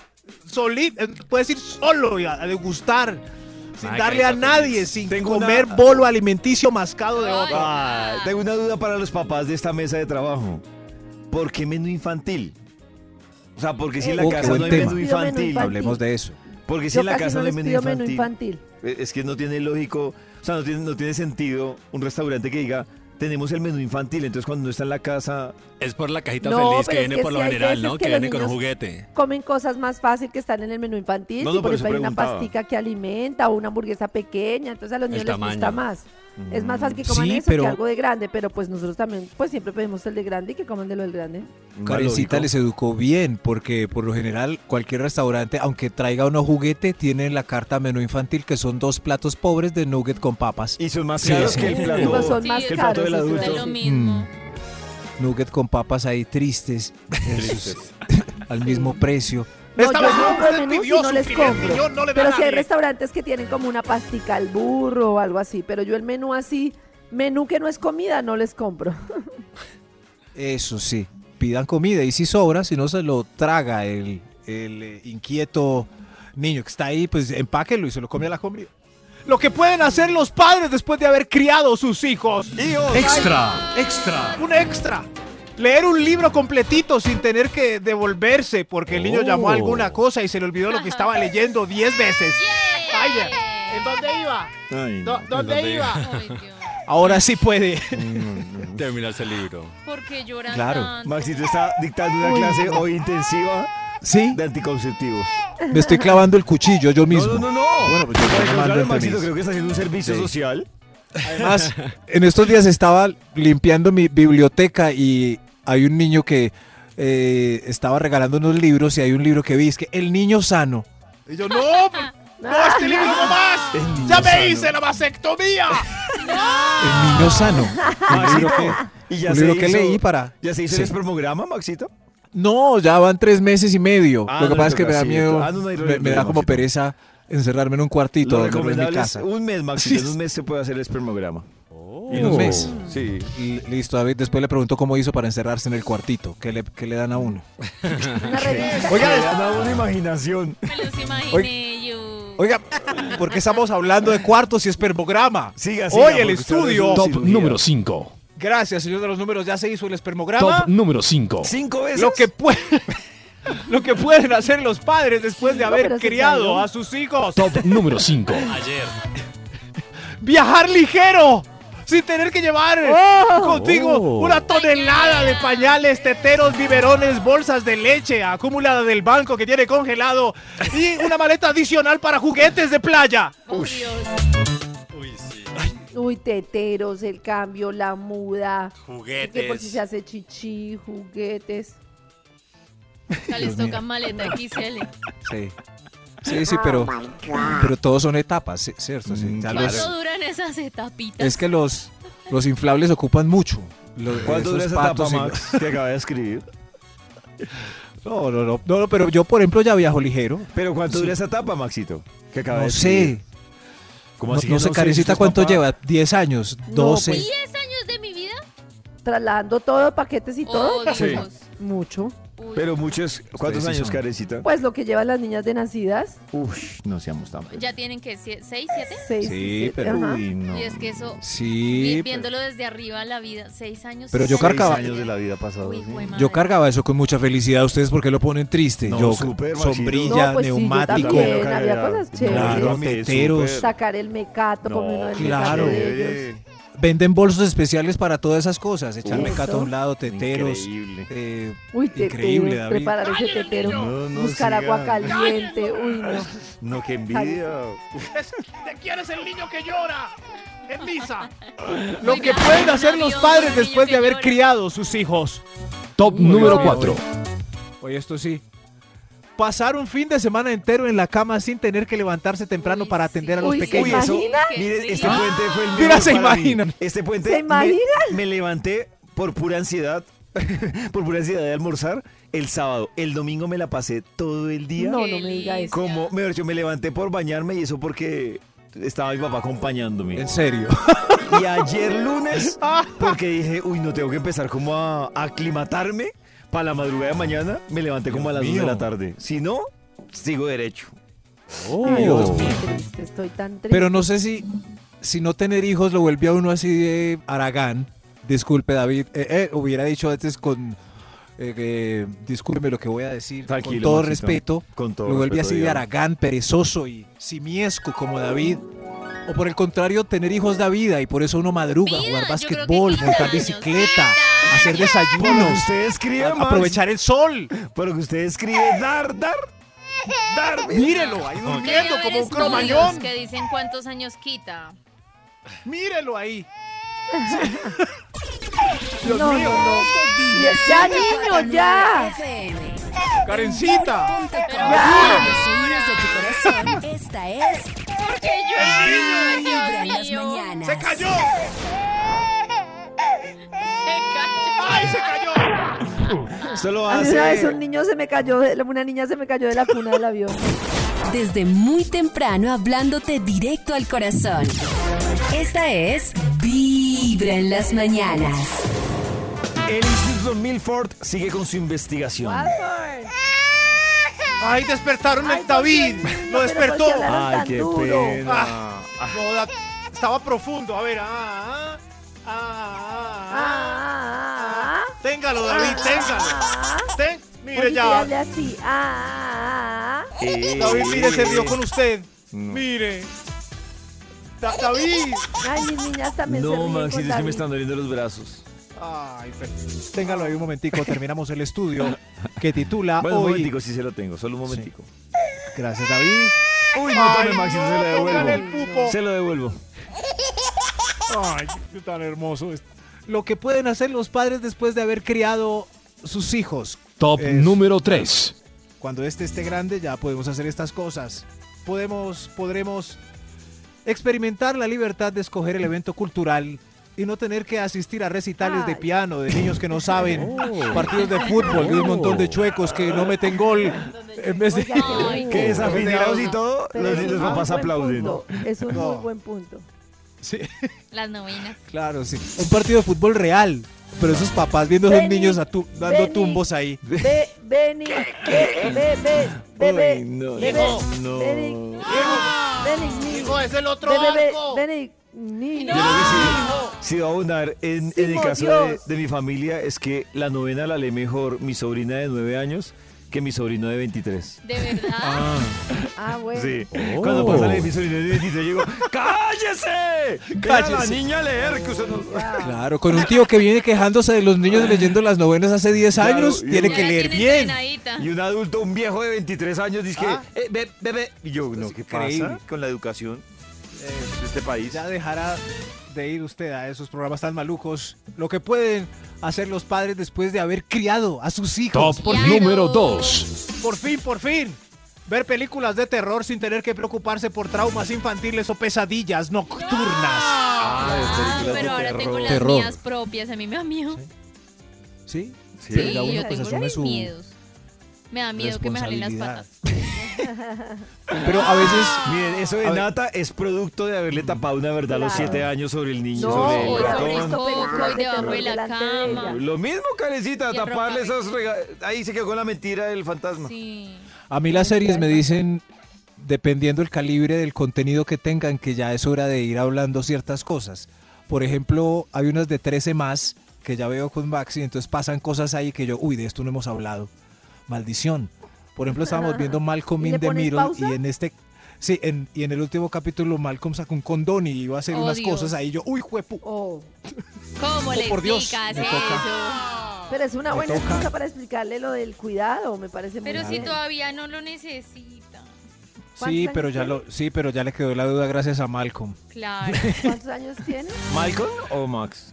S6: solito, puedes ir solo y a, a degustar sin
S5: Ay,
S6: darle a
S5: carita
S6: nadie,
S5: feliz.
S6: sin
S2: Tengo una-
S6: comer bolo alimenticio mascado de
S7: Ay.
S6: otro.
S2: Ah, tengo una duda para los papás de esta mesa de trabajo. ¿Por qué menú infantil? O sea, porque si en la
S4: Oh, qué
S2: casa
S4: buen
S2: no hay
S4: tema.
S2: menú
S3: Pido menú
S2: infantil.
S3: infantil.
S4: Hablemos de eso.
S2: Porque si
S3: Yo
S2: en la
S3: casi
S2: casa
S3: no
S2: no hay
S3: les
S2: menú
S3: pido menú
S2: infantil.
S3: infantil.
S2: Eh, Es que no tiene lógico, o sea, no tiene, no tiene sentido un restaurante que diga, tenemos el menú infantil, entonces cuando no está en la casa,
S5: Es por la cajita
S3: No,
S5: feliz
S3: pero
S5: que
S3: es
S5: viene
S3: que
S5: por lo
S3: sí hay
S5: general,
S3: veces
S5: ¿no?
S3: que
S5: Que
S3: los
S5: viene con un
S3: niños-
S5: juguete.
S3: Comen cosas más fácil que están en el menú infantil.
S2: No,
S3: y
S2: no,
S3: por
S2: por eso
S3: ejemplo, hay una
S2: preguntaba.
S3: pastica que alimenta o una hamburguesa pequeña. Entonces a los niños les gusta
S5: tamaño.
S3: más. Es más
S2: Mm.
S3: fácil que coman
S4: Sí,
S3: eso
S4: pero-
S3: que algo de grande. Pero pues nosotros también, pues siempre pedimos el de grande y que coman de lo del grande.
S4: Karencita les educó bien, porque por lo general cualquier restaurante, aunque traiga uno juguete, tiene en la carta menú infantil que son dos platos pobres de nugget con papas.
S2: y son más
S4: Sí,
S2: caros
S4: sí.
S2: que el
S4: Sí,
S2: plato.
S3: Los son
S7: Sí,
S3: más
S7: es
S2: el plato
S3: caros.
S2: del
S3: eso es
S7: de
S2: adulto.
S7: lo
S3: verdad.
S7: mismo.
S4: Nugget con papas ahí tristes, esos, al mismo precio.
S3: No,
S6: Esta
S3: yo
S6: vez
S3: compro el
S6: usted
S3: menú
S6: pidió
S3: si no
S6: su
S3: les
S6: filete
S3: compro.
S6: y yo no le
S3: Pero
S6: veo a
S3: si hay
S6: nadie.
S3: restaurantes que tienen como una pastica al burro o algo así. Pero yo el menú así, menú que no es comida, no les compro.
S4: Eso sí, pidan comida y si sobra, si no se lo traga el, el, eh, inquieto niño que está ahí, pues empáquelo y se lo come a la comida.
S6: Lo que pueden hacer los padres después de haber criado sus hijos.
S9: Extra. Extra.
S6: Un extra. Leer un libro completito sin tener que devolverse porque el niño llamó a alguna
S4: Oh.
S6: cosa y se le olvidó lo que estaba leyendo 10 veces. Vaya, ¿en dónde iba?
S2: Ay,
S6: ¿Dó- ¿Dónde,
S5: dónde
S6: iba?
S7: Ay, Dios.
S6: Ahora sí puede.
S5: Terminas el libro.
S7: ¿Por qué lloran
S4: Claro.
S7: tanto?
S2: Maxito está dictando una clase hoy intensiva
S4: Sí,
S2: de anticonceptivos.
S4: me estoy clavando el cuchillo yo mismo.
S2: No, no, no, no.
S4: Bueno, pues yo
S2: Al
S4: le mando
S2: contrario,
S4: el
S2: Maxito,
S4: permiso.
S2: creo que está haciendo un servicio
S4: Sí.
S2: social.
S4: Además, en estos días estaba limpiando mi biblioteca y hay un niño que eh, estaba regalando unos libros y hay un libro que vi, es que El Niño Sano.
S6: Y yo, no,
S2: Ah.
S6: no, este libro no más. Ya me hice la vasectomía.
S4: El Niño Sano. Un libro que,
S2: Y ya
S4: un
S2: se
S4: libro que
S2: hizo-
S4: leí para...
S2: ¿Ya se hizo
S4: Sí.
S2: el espermograma, Maxito?
S4: No, ya van tres meses y medio.
S2: Ah,
S4: Lo que
S2: no,
S4: pasa es que me da
S2: sí,
S4: miedo,
S2: ah, no, no hay
S4: me, me da
S2: problema,
S4: como
S2: sí.
S4: pereza encerrarme en un cuartito
S2: Lo
S4: donde no es mi
S2: recomendable es
S4: casa. Oh.
S2: un mes, Maxito. En un mes se puede hacer el espermograma. Y
S4: En un
S2: nos-
S4: mes.
S2: Sí.
S4: Y listo, David, después le pregunto cómo hizo para encerrarse en el cuartito. ¿Qué le, qué le dan a uno?
S3: Una revista.
S2: Oiga, les da una imaginación.
S7: Me los imaginé yo.
S4: Oiga,
S6: ¿Por qué estamos hablando de cuartos y espermograma?
S2: Siga, siga,
S6: Hoy el
S2: porque usted habló de
S6: estudio.
S2: una
S9: Top
S2: cirugía.
S9: número 5.
S6: Gracias, señor de los números. Ya se hizo el espermograma.
S3: Ah.
S9: Top número 5.
S2: ¿Cinco veces?
S6: lo que pueden lo que pueden hacer los padres después de
S3: No,
S6: haber
S3: pero se
S6: criado
S3: cayó.
S6: a sus hijos
S9: Top número 5.
S5: Ayer.
S6: viajar ligero sin tener que llevar contigo
S5: Oh.
S6: una tonelada de pañales, teteros, biberones, bolsas de leche acumulada del banco que tiene congelado y una maleta adicional para juguetes de playa.
S7: Oh, Dios.
S5: Uy, sí.
S3: Uy, teteros, el cambio, la muda. Que por si se hace chichi, juguetes.
S7: Ya les
S4: Dios mío.
S7: toca maleta XL.
S4: sí. Sí, sí, pero,
S6: Mm,
S4: pero todos son etapas, sí, ¿cierto? Sí, ya los-
S7: ¿Cuánto duran esas etapitas?
S4: es que los, Los inflables ocupan mucho. Los-
S2: ¿Cuánto dura
S4: esos
S2: esa etapa,
S4: patos y-
S2: Max, que acaba de escribir?
S4: No, no, no, no, no, pero yo, por ejemplo, ya viajo ligero.
S2: ¿Pero cuánto dura esa etapa, Maxito? Que acaba
S4: No
S2: de escribir?
S4: sé.
S2: ¿Cómo
S4: No,
S2: así que
S4: no sé,
S2: si
S4: Karencita,
S2: usted es
S4: ¿cuánto
S2: papá?
S4: lleva? ¿10 años?
S3: No,
S4: 12.
S3: pues,
S7: ¿10 años de mi vida?
S3: Trasladando todo, paquetes y todo.
S7: Oh,
S3: pues,
S2: Sí.
S7: Dios.
S3: Mucho.
S7: Uy,
S2: Pero muchos... ¿Cuántos
S4: sí
S2: años,
S4: son.
S2: Karencita?
S3: Pues lo que llevan las niñas de nacidas.
S2: Uff, no seamos tan...
S7: ya tienen que 6, 7.
S3: Seis,
S2: Sí,
S3: siete,
S2: pero...
S3: ajá.
S2: Uy, no.
S7: Y es que eso, vi-
S4: sí, pero-
S7: viéndolo desde arriba, la vida, 6 años.
S4: Pero yo
S7: seis
S4: cargaba-
S2: años de la vida pasado,
S7: Uy,
S2: sí.
S7: güey, madre.
S4: yo cargaba eso con mucha felicidad. ¿Ustedes por qué lo ponen triste?
S2: No,
S4: yo,
S2: súper, Maxito.
S4: sombrilla,
S3: No, pues sí, yo
S4: neumático.
S3: también.
S2: Claro,
S3: había
S2: claro.
S3: cosas chéveres.
S4: Claro, meteros.
S2: súper.
S3: Sacar el mecato, comer uno del
S4: claro.
S3: mecato de ellos.
S2: Chévere.
S4: Venden bolsos especiales para todas esas cosas. Echar
S3: Uf.
S4: mecato a un lado, teteros.
S2: Increíble.
S4: eh,
S3: Uy, te
S4: Increíble, David.
S3: preparar ese tetero,
S2: No, no
S3: buscar agua
S2: sigan.
S3: caliente, uy no.
S2: No, qué envidia.
S6: ¿De quién es el niño que llora? En misa.
S7: Lo que pueden hacer los padres después de haber criado.
S8: Criado sus hijos.
S9: Top número 4.
S4: Oye, esto sí. Pasar un fin de semana entero en la cama sin tener que levantarse temprano
S7: Uy,
S4: para atender a
S7: sí.
S4: los
S3: Uy, sí.
S4: pequeños.
S2: Uy, eso,
S3: imaginan?
S2: mire, este
S7: Ah.
S2: puente fue el mejor
S4: Mira, se
S2: para mí.
S4: imaginan.
S2: Este puente
S3: ¿Se
S2: me-
S3: imaginan?
S2: Me, levanté por pura ansiedad, por pura ansiedad de almorzar el sábado. El domingo me la pasé todo el día.
S3: No, no me diga eso.
S2: Como, mejor dicho, me levanté por bañarme y eso porque estaba mi papá acompañándome.
S4: En serio.
S2: Y ayer lunes,
S6: Ah.
S2: porque dije, uy, no tengo que empezar como a aclimatarme para la madrugada de mañana, me levanté como a las 2 de la tarde. Si no, sigo derecho.
S3: Ay,
S4: Dios
S3: estoy
S4: mío.
S3: triste, estoy tan triste.
S4: Pero no sé si, si no tener hijos lo vuelve a uno así de Aragán. Disculpe, David. eh, eh, hubiera dicho antes con. eh, eh, discúlpeme lo que voy a decir.
S2: Tranquilo,
S4: con todo
S2: Maxito,
S4: respeto.
S2: con todo
S4: lo vuelve
S2: respeto,
S4: así de
S2: digamos.
S4: Aragán, perezoso y simiesco como David. O por el contrario, tener hijos da vida y por eso uno madruga,
S7: Vida,
S4: jugar
S7: yo creo que
S4: basquetbol,
S7: 15
S4: montar
S7: años,
S4: bicicleta,
S7: vida.
S4: hacer
S2: Para que
S4: desayunos,
S2: ustedes crían,
S4: a-
S2: Max.
S4: aprovechar el sol.
S2: Por lo que usted escribe, dar, dar, dar.
S6: Mírelo, ahí durmiendo como un cromañón.
S7: que dicen cuántos años quita.
S6: Mírelo ahí.
S3: no, no, no. Ya, niño, ya.
S1: FM.
S6: Karencita.
S1: Punto.com. Los oídos de tu corazón. Esta es
S7: Porque yo
S1: Vibra en las mañanas.
S6: ¡Se cayó! ¡Ay,
S7: ¡Ay,
S6: se cayó!
S2: Esto lo
S3: A mí una vez
S2: hace.
S3: un niño se me cayó, de- una niña se me cayó de la cuna del avión.
S1: Desde muy temprano hablándote directo al corazón. Esta es Vibra en las mañanas.
S2: El Instituto Milford sigue con su investigación.
S6: ¡Ay, despertaron
S3: Ay,
S6: el David!
S3: Dios mío,
S6: ¡Lo
S3: pero
S6: despertó!
S3: ¿por qué hablaron
S2: Ay,
S3: tan
S2: qué
S3: duro?
S6: Ah.
S2: pena.
S6: No, da- estaba profundo. A ver, ah, ah, ah, ah,
S3: Ah, ah, ah,
S6: Téngalo, David, téngalo.
S3: ah.
S6: Ten-
S3: Oye,
S6: mire
S3: que
S6: ya.
S3: hable así. Ah, ah, ah.
S2: Eh,
S6: David, mire, se rió con usted.
S2: No.
S6: Mire. Da- David.
S3: ah. Ay, mis niñas también se
S2: No,
S3: ríen
S2: Max,
S3: con
S2: es que me
S3: David.
S2: están doliendo los brazos.
S6: Ay, pero-
S4: Téngalo ahí un momentico, terminamos el estudio que
S6: Ah,
S4: titula
S2: Bueno, un
S4: hoy.
S2: momentico, sí se lo tengo, solo un momentico.
S4: Gracias, David.
S2: Uy, no tome,
S6: Ay,
S2: Maxito,
S6: no,
S2: se lo
S6: póngale
S2: devuelvo.
S6: el pupo.
S2: Se lo devuelvo.
S4: Ay, qué tan hermoso es. Lo que pueden hacer los padres después de haber criado sus hijos.
S9: Top
S4: Es-
S9: número 3.
S4: Cuando este esté grande ya podemos hacer estas cosas. Podemos, podremos experimentar la libertad de escoger el evento cultural y no tener que asistir a recitales de
S3: Ay.
S4: piano, de niños que no saben,
S9: Oh.
S4: partidos de fútbol, de un montón de chuecos que no meten gol. En vez de...
S7: Ay,
S3: Oh.
S2: Que desafinados y todo,
S3: Pero
S2: los
S3: es
S2: niños
S3: un muy
S2: papás
S3: buen
S2: aplauden.
S3: punto, Es un muy buen punto.
S4: Sí,
S7: Las novenas.
S4: claro, sí. Un partido de fútbol real. Pero esos papás viendo a los
S3: Vení,
S4: niños a tu- dando
S3: vení.
S4: tumbos ahí.
S3: Ve, vení, ve, ve, ve, ve, ve,
S2: Uy, no,
S3: ve,
S2: no,
S3: ve,
S2: no.
S3: vení, vení,
S6: Hijo, es el otro
S3: ve, ve, ve,
S6: arco.
S3: vení, ni-
S2: Yo creo que sí, sí va a abundar. En, en el
S3: Simo,
S2: caso de,
S3: Dios.
S2: de mi familia es que la novena la lee mejor mi sobrina de 9 años que mi sobrino de 23.
S7: De verdad.
S3: Ah, bueno.
S2: Sí.
S9: Oh.
S2: Cuando pasa la de mi sobrino de 23 digo, ¡cállese! ¡Cállese! la
S4: Cállese.
S2: niña a leer que usted no...
S4: Claro, con un tío que viene quejándose de los niños leyendo las novenas hace 10
S2: Claro,
S4: años,
S2: y
S4: tiene
S2: uno-
S4: que
S7: Ya
S4: leer
S7: tiene
S4: bien.
S7: entrenadita.
S2: Y un adulto, un viejo de 23 años, dice
S4: Ah.
S2: que, eh, be- bebé. Y yo, no,
S4: Es
S2: ¿qué
S4: increíble.
S2: pasa con la educación de este país?
S4: Ya dejará de ir usted a esos programas tan malucos. Lo que pueden hacer los padres después de haber criado a sus hijos.
S9: Top
S7: Por fin.
S9: número 2.
S6: Por fin, por fin. Ver películas de terror sin tener que preocuparse por traumas infantiles o pesadillas nocturnas.
S7: Ah,
S2: películas
S7: pero
S2: de
S7: ahora tengo
S2: terror.
S7: las
S4: Terror.
S7: mías propias. A mí me da miedo.
S4: ¿Sí?
S2: Sí.
S7: Sí,
S4: Cada uno,
S7: yo
S4: pues,
S7: tengo
S4: asume
S7: mis
S4: su
S7: miedos. Me da miedo que me jalen las
S4: responsabilidad.
S7: patas.
S4: Pero a veces...
S2: Miren, eso de
S4: A ver.
S2: Nata es producto de haberle tapado una verdad a los
S3: Claro.
S2: siete años sobre el niño,
S3: No,
S2: sobre
S7: o
S2: el
S3: oiga,
S7: sobre el
S2: ratón.
S3: esto-
S7: coco, y debajo de la
S3: Delante de ella.
S7: cama.
S2: Lo mismo, Karencita,
S7: Y el
S2: taparle
S7: ropa-
S2: esas rega- Ahí se quedó con la mentira del fantasma.
S7: Sí.
S4: A mí las series me dicen, dependiendo el calibre del contenido que tengan, que ya es hora de ir hablando ciertas cosas. Por ejemplo, hay unas de 13 más que ya veo con Maxi, entonces pasan cosas ahí que yo, uy, de esto no hemos hablado. Maldición. Por ejemplo, estábamos viendo Malcolm
S3: ¿Y le
S4: in the
S3: pones
S4: Middle
S3: pausa?
S4: y en este... Sí, en- y en el último capítulo Malcolm sacó un condón y iba a hacer
S7: Oh,
S4: unas
S7: Dios.
S4: cosas ahí. Yo, uy, juepu.
S3: Oh,
S7: ¿Cómo le
S4: por Dios,
S7: explicas
S4: me
S7: eso?
S4: toca.
S7: Ah.
S3: pero es una
S4: Me
S3: buena
S4: toca.
S3: excusa para explicarle lo del cuidado, me parece muy
S7: Pero si
S3: bien.
S7: todavía no lo necesita.
S4: Sí,
S3: ¿Cuántos
S4: pero
S3: años
S4: ya lo, sí, pero ya le quedó la duda gracias a Malcolm.
S7: Claro.
S3: ¿Cuántos años tienes?
S2: ¿Malcolm o Max?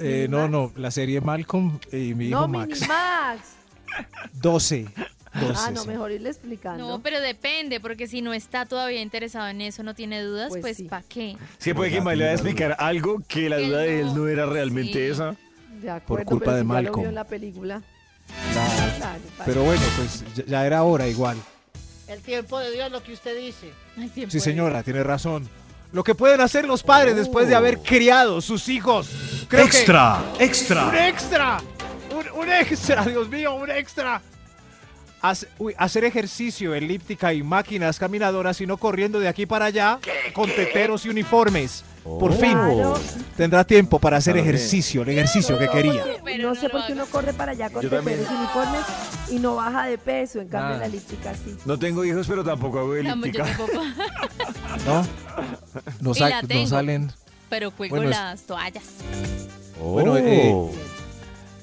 S4: Eh, no, no, la serie Malcolm y mi hijo
S3: no,
S4: Max.
S3: mini Max.
S4: 12. 12
S3: Ah, no,
S4: sí.
S3: mejor irle explicando.
S7: No, pero depende, porque si no está todavía interesado en eso, no tiene dudas,
S3: Pues
S7: pues,
S3: sí.
S7: ¿para qué?
S2: Sí, puede que
S4: Verdad,
S2: me le va a
S4: tiene
S2: explicar algo que la
S7: Que
S2: duda de él no era
S7: no,
S2: realmente
S7: sí.
S2: esa.
S3: De acuerdo,
S4: culpa
S3: pero
S4: de
S3: si ya lo vio
S4: Malcolm.
S3: en la película.
S4: Claro.
S3: Claro, vale.
S4: Pero bueno, pues ya, ya era hora igual.
S10: El tiempo de Dios, lo que usted dice.
S7: Ay, tiempo
S3: pues.
S4: Sí,
S7: de-
S4: señora, tiene razón.
S6: Lo que pueden hacer los padres después de haber criado sus hijos. Creo que- ¡Un
S9: extra.
S6: extra! ¡Un, un extra! ¡Dios mío, un extra! Hace- uy, hacer ejercicio, elíptica y máquinas caminadoras y no corriendo de aquí para allá con teteros y uniformes.
S3: Oh.
S6: Por fin
S3: Claro.
S4: Tendrá tiempo para hacer
S2: Claro que-
S4: ejercicio, el ejercicio que
S3: No,
S4: quería.
S3: porque
S7: Pero no
S3: No sé
S7: lo
S3: por qué
S7: hagas.
S3: uno corre para allá con
S2: Yo también.
S3: teteros y uniformes y no baja de peso, en cambio
S2: Nada.
S3: en la elíptica sí.
S2: No tengo hijos, pero tampoco hago
S7: Amo, yo
S2: elíptica.
S7: tampoco,
S4: ¿No? No,
S7: Sí,
S4: sa-
S7: la
S4: no
S7: tengo.
S4: salen.
S7: pero cuelgo
S4: Bueno, es-
S7: las toallas.
S4: Bueno,
S2: Oh.
S4: eh,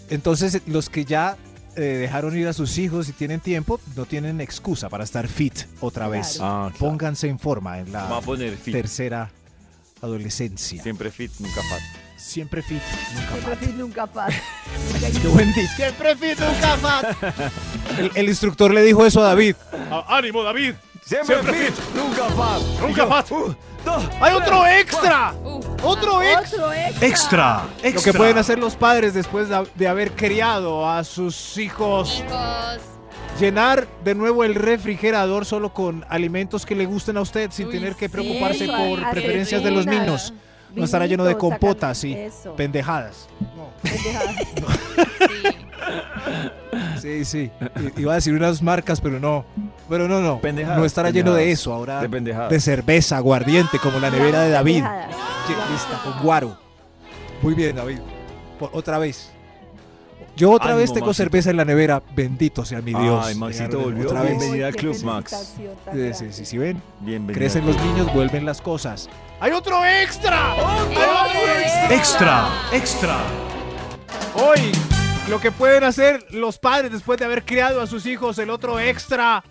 S4: entonces los que ya eh, dejaron ir a sus hijos y tienen tiempo, no tienen excusa para estar fit otra vez.
S3: Claro.
S2: Ah, claro.
S4: Pónganse en forma en la
S2: Va a poner fit.
S4: tercera adolescencia.
S2: Siempre fit, nunca fat.
S4: Siempre fit, nunca
S3: Siempre
S4: fat.
S3: fit, nunca pasa.
S4: Qué buen dicho.
S6: siempre fit un cafat.
S4: El, el instructor le dijo eso a David.
S6: Ah, ¡Ánimo, David!
S2: Siempre,
S6: Siempre
S2: fit, nunca fat. "Uh,
S6: ¡Nunca más!
S2: Dos.
S6: ¡Hay otro extra!
S7: Oh,
S6: ¡Otro extra!
S3: Otro extra.
S9: Extra.
S6: Lo que pueden hacer los padres después de, de haber criado a sus hijos.
S7: Chicos,
S6: Llenar de nuevo el refrigerador solo con alimentos que le gusten a usted sin
S7: Uy,
S6: tener que
S7: sí,
S6: preocuparse
S3: eso,
S6: por
S3: hacer
S6: preferencias de los
S3: ruinas.
S6: niños. No estará lleno de
S3: Vinitos,
S6: compotas y
S3: sacan- Eso.
S6: pendejadas.
S3: pendejadas.
S7: sí.
S4: Sí, sí. I- Iba a decir unas marcas, pero no. Pero no, no.
S2: Pendejadas,
S4: no estará lleno de
S2: pendejadas.
S4: eso ahora.
S2: De pendejadas.
S4: de cerveza, aguardiente, como la nevera de David.
S3: Ah, Pendejadas.
S4: Che, Lista, con guaro. Muy bien, David. Por- otra vez. Yo otra
S2: Ánimo,
S4: vez tengo
S2: Maxito.
S4: cerveza en la nevera. Bendito sea mi Dios.
S2: Ay, Maxito
S4: Llegaron
S2: volvió.
S4: Otra vez.
S2: Bienvenido. Bienvenida
S3: Uy,
S2: a
S3: qué
S2: Club Max.
S3: felicitación tan
S4: Sí,
S3: grande.
S4: sí, sí, sí, ven.
S2: Bienvenido.
S4: Crecen los niños, vuelven las cosas.
S6: ¡Hay otro extra!
S9: Extra. Extra.
S6: Hoy, lo que pueden hacer los padres después de haber criado a sus hijos, el otro extra,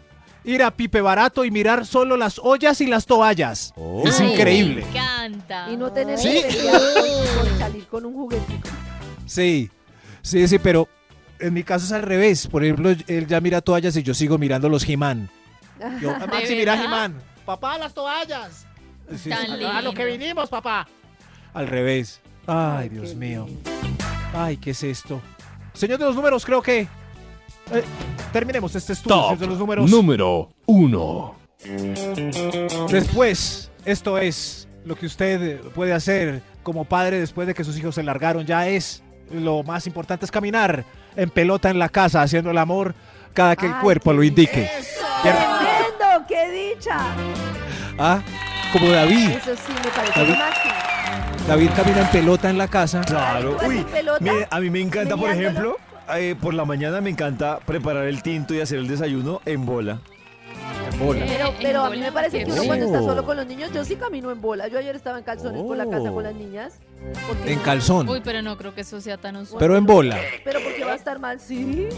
S6: ir a Pipe Barato y mirar solo las ollas y las toallas.
S2: Oh.
S6: Es
S7: Ay,
S6: increíble.
S7: Me encanta.
S3: Y no tener
S6: Sí.
S3: que pelear por, por salir con un juguetico.
S4: Sí, sí, sí, pero en mi caso es al revés. Por ejemplo, él ya mira toallas y yo sigo mirando los He-Man.
S6: Yo,
S7: ¿De
S6: Maxi, mira,
S7: verdad?
S6: Jimán. Papá, las toallas.
S4: Sí,
S7: Tan
S4: sí,
S7: lindo.
S10: A lo que vinimos, papá.
S4: al revés. Ay,
S3: qué
S4: Dios mío.
S3: lindo.
S4: Ay, ¿qué es esto?
S6: Señor de los números, creo que eh, terminemos este estudio
S9: Top
S6: señor de los números.
S9: número uno.
S6: Después, esto es lo que usted eh, puede hacer como padre después de que sus hijos se largaron. Ya es lo más importante es caminar en pelota en la casa, haciendo el amor cada que el
S3: Ay,
S4: cuerpo
S3: qué
S4: lo indique. Ya-
S3: ¡Tremendo! ¡Qué dicha!
S4: Ah, como David.
S3: Eso sí, me parece
S4: David.
S3: lo máximo.
S4: David camina en pelota en la casa.
S2: Claro.
S3: ¿Tú haces
S2: Uy,
S3: pelota?
S2: mire, a mí me encanta, por
S3: Meneándolo.
S2: ejemplo, eh, por la mañana me encanta preparar el tinto y hacer el desayuno en bola.
S3: Pero,
S7: Eh,
S3: pero
S7: en
S3: a mí
S7: bola
S3: me
S7: no
S3: parece que
S7: quiero.
S3: uno cuando está solo con los niños, yo sí camino en bola. Yo ayer estaba en calzones por la casa con las niñas. porque
S4: Oh. En
S3: no-
S7: Uy,
S4: calzón.
S7: pero no creo que eso sea tan usual.
S4: Pero en bola.
S3: Pero porque va a estar mal, sí.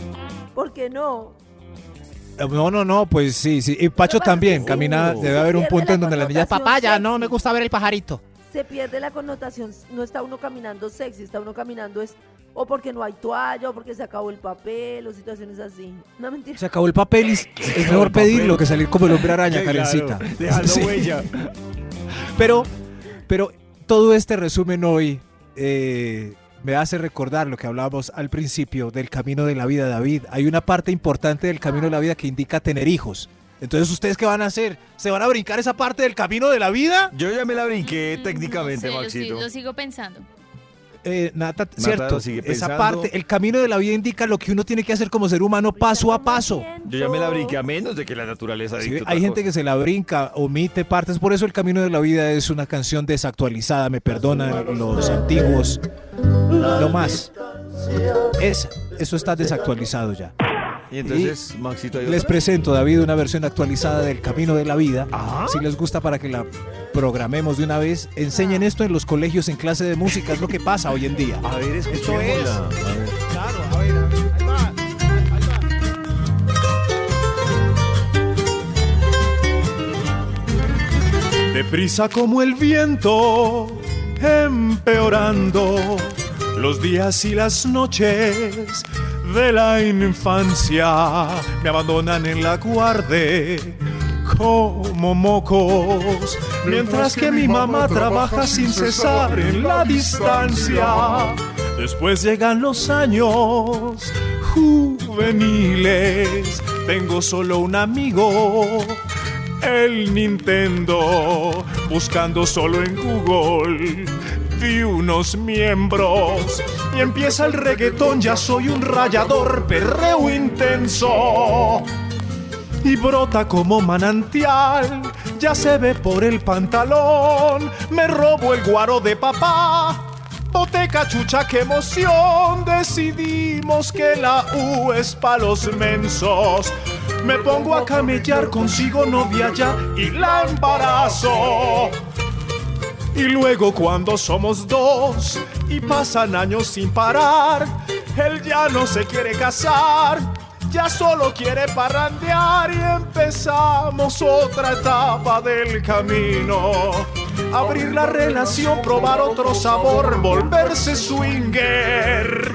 S3: ¿Por qué no?
S4: No, no, no, pues sí, sí. Y Pacho
S3: Lo que pasa es
S4: también
S3: que
S4: camina.
S3: sí,
S4: Debe
S3: se
S4: haber un
S3: pierde
S4: punto
S3: la
S4: en donde la niña.
S3: connotación sexy.
S6: gusta ver el pajarito.
S3: Se pierde la connotación. No está uno caminando sexy, está uno caminando es o porque no hay toalla, o porque se acabó el papel, o situaciones así. No mentira.
S4: Se acabó el papel y es es mejor pedirlo que salir como el hombre araña, Karencita.
S11: dejando
S4: Sí.
S11: huella.
S4: Pero, pero todo este resumen hoy eh, me hace recordar lo que hablábamos al principio del camino de la vida, David. Hay una parte importante del camino de la vida que indica tener hijos. Entonces, ¿ustedes qué van a hacer? ¿Se van a brincar esa parte del camino de la vida?
S11: Yo ya me la brinqué
S2: eh,
S7: Mm,
S11: técnicamente,
S7: no sé, yo sí-
S11: Maxito.
S7: Yo, sigo pensando.
S4: Eh, Nata,
S11: lo
S4: cierto,
S11: sigue
S4: esa
S11: pensando.
S4: parte, el camino de la vida indica lo que uno tiene que hacer como ser humano paso a paso.
S11: Yo ya me la brinqué a menos de que la naturaleza
S4: Sí,
S11: dicte otra
S4: hay gente
S11: cosa.
S4: que se la brinca, omite partes, por eso el camino de la vida es una canción desactualizada, me perdonan los antiguos. No más. Es, eso está desactualizado ya.
S11: Y entonces, Maxito, hay
S4: Les
S11: otra.
S4: presento, David, una versión actualizada del Camino de la Vida.
S11: Ah.
S4: Si les gusta para que la programemos de una vez, enseñen esto en los colegios en clase de música, es lo que pasa hoy en día.
S11: A ver, escuchémosla. A ver.
S12: Claro, a ver, a ver, ahí va. Ahí va.
S2: Deprisa como el viento, empeorando los días y las noches de la infancia. Me abandonan en la guarde como mocos, mientras que mi mamá trabaja sin cesar en la distancia. Después llegan los años juveniles, tengo solo un amigo el Nintendo, buscando solo en Google. Vi unos miembros y empieza el reggaetón, ya soy un rayador, perreo intenso. Y brota como manantial, ya se ve por el pantalón, me robo el guaro de papá. Boteca chucha, qué emoción, decidimos que la U es pa' los mensos. Me pongo a camellar, consigo novia ya y la embarazo. Y luego cuando somos dos y pasan años sin parar, él ya no se quiere casar, ya solo quiere parrandear y empezamos otra etapa del camino. Abrir la relación, probar otro sabor, volverse swinger.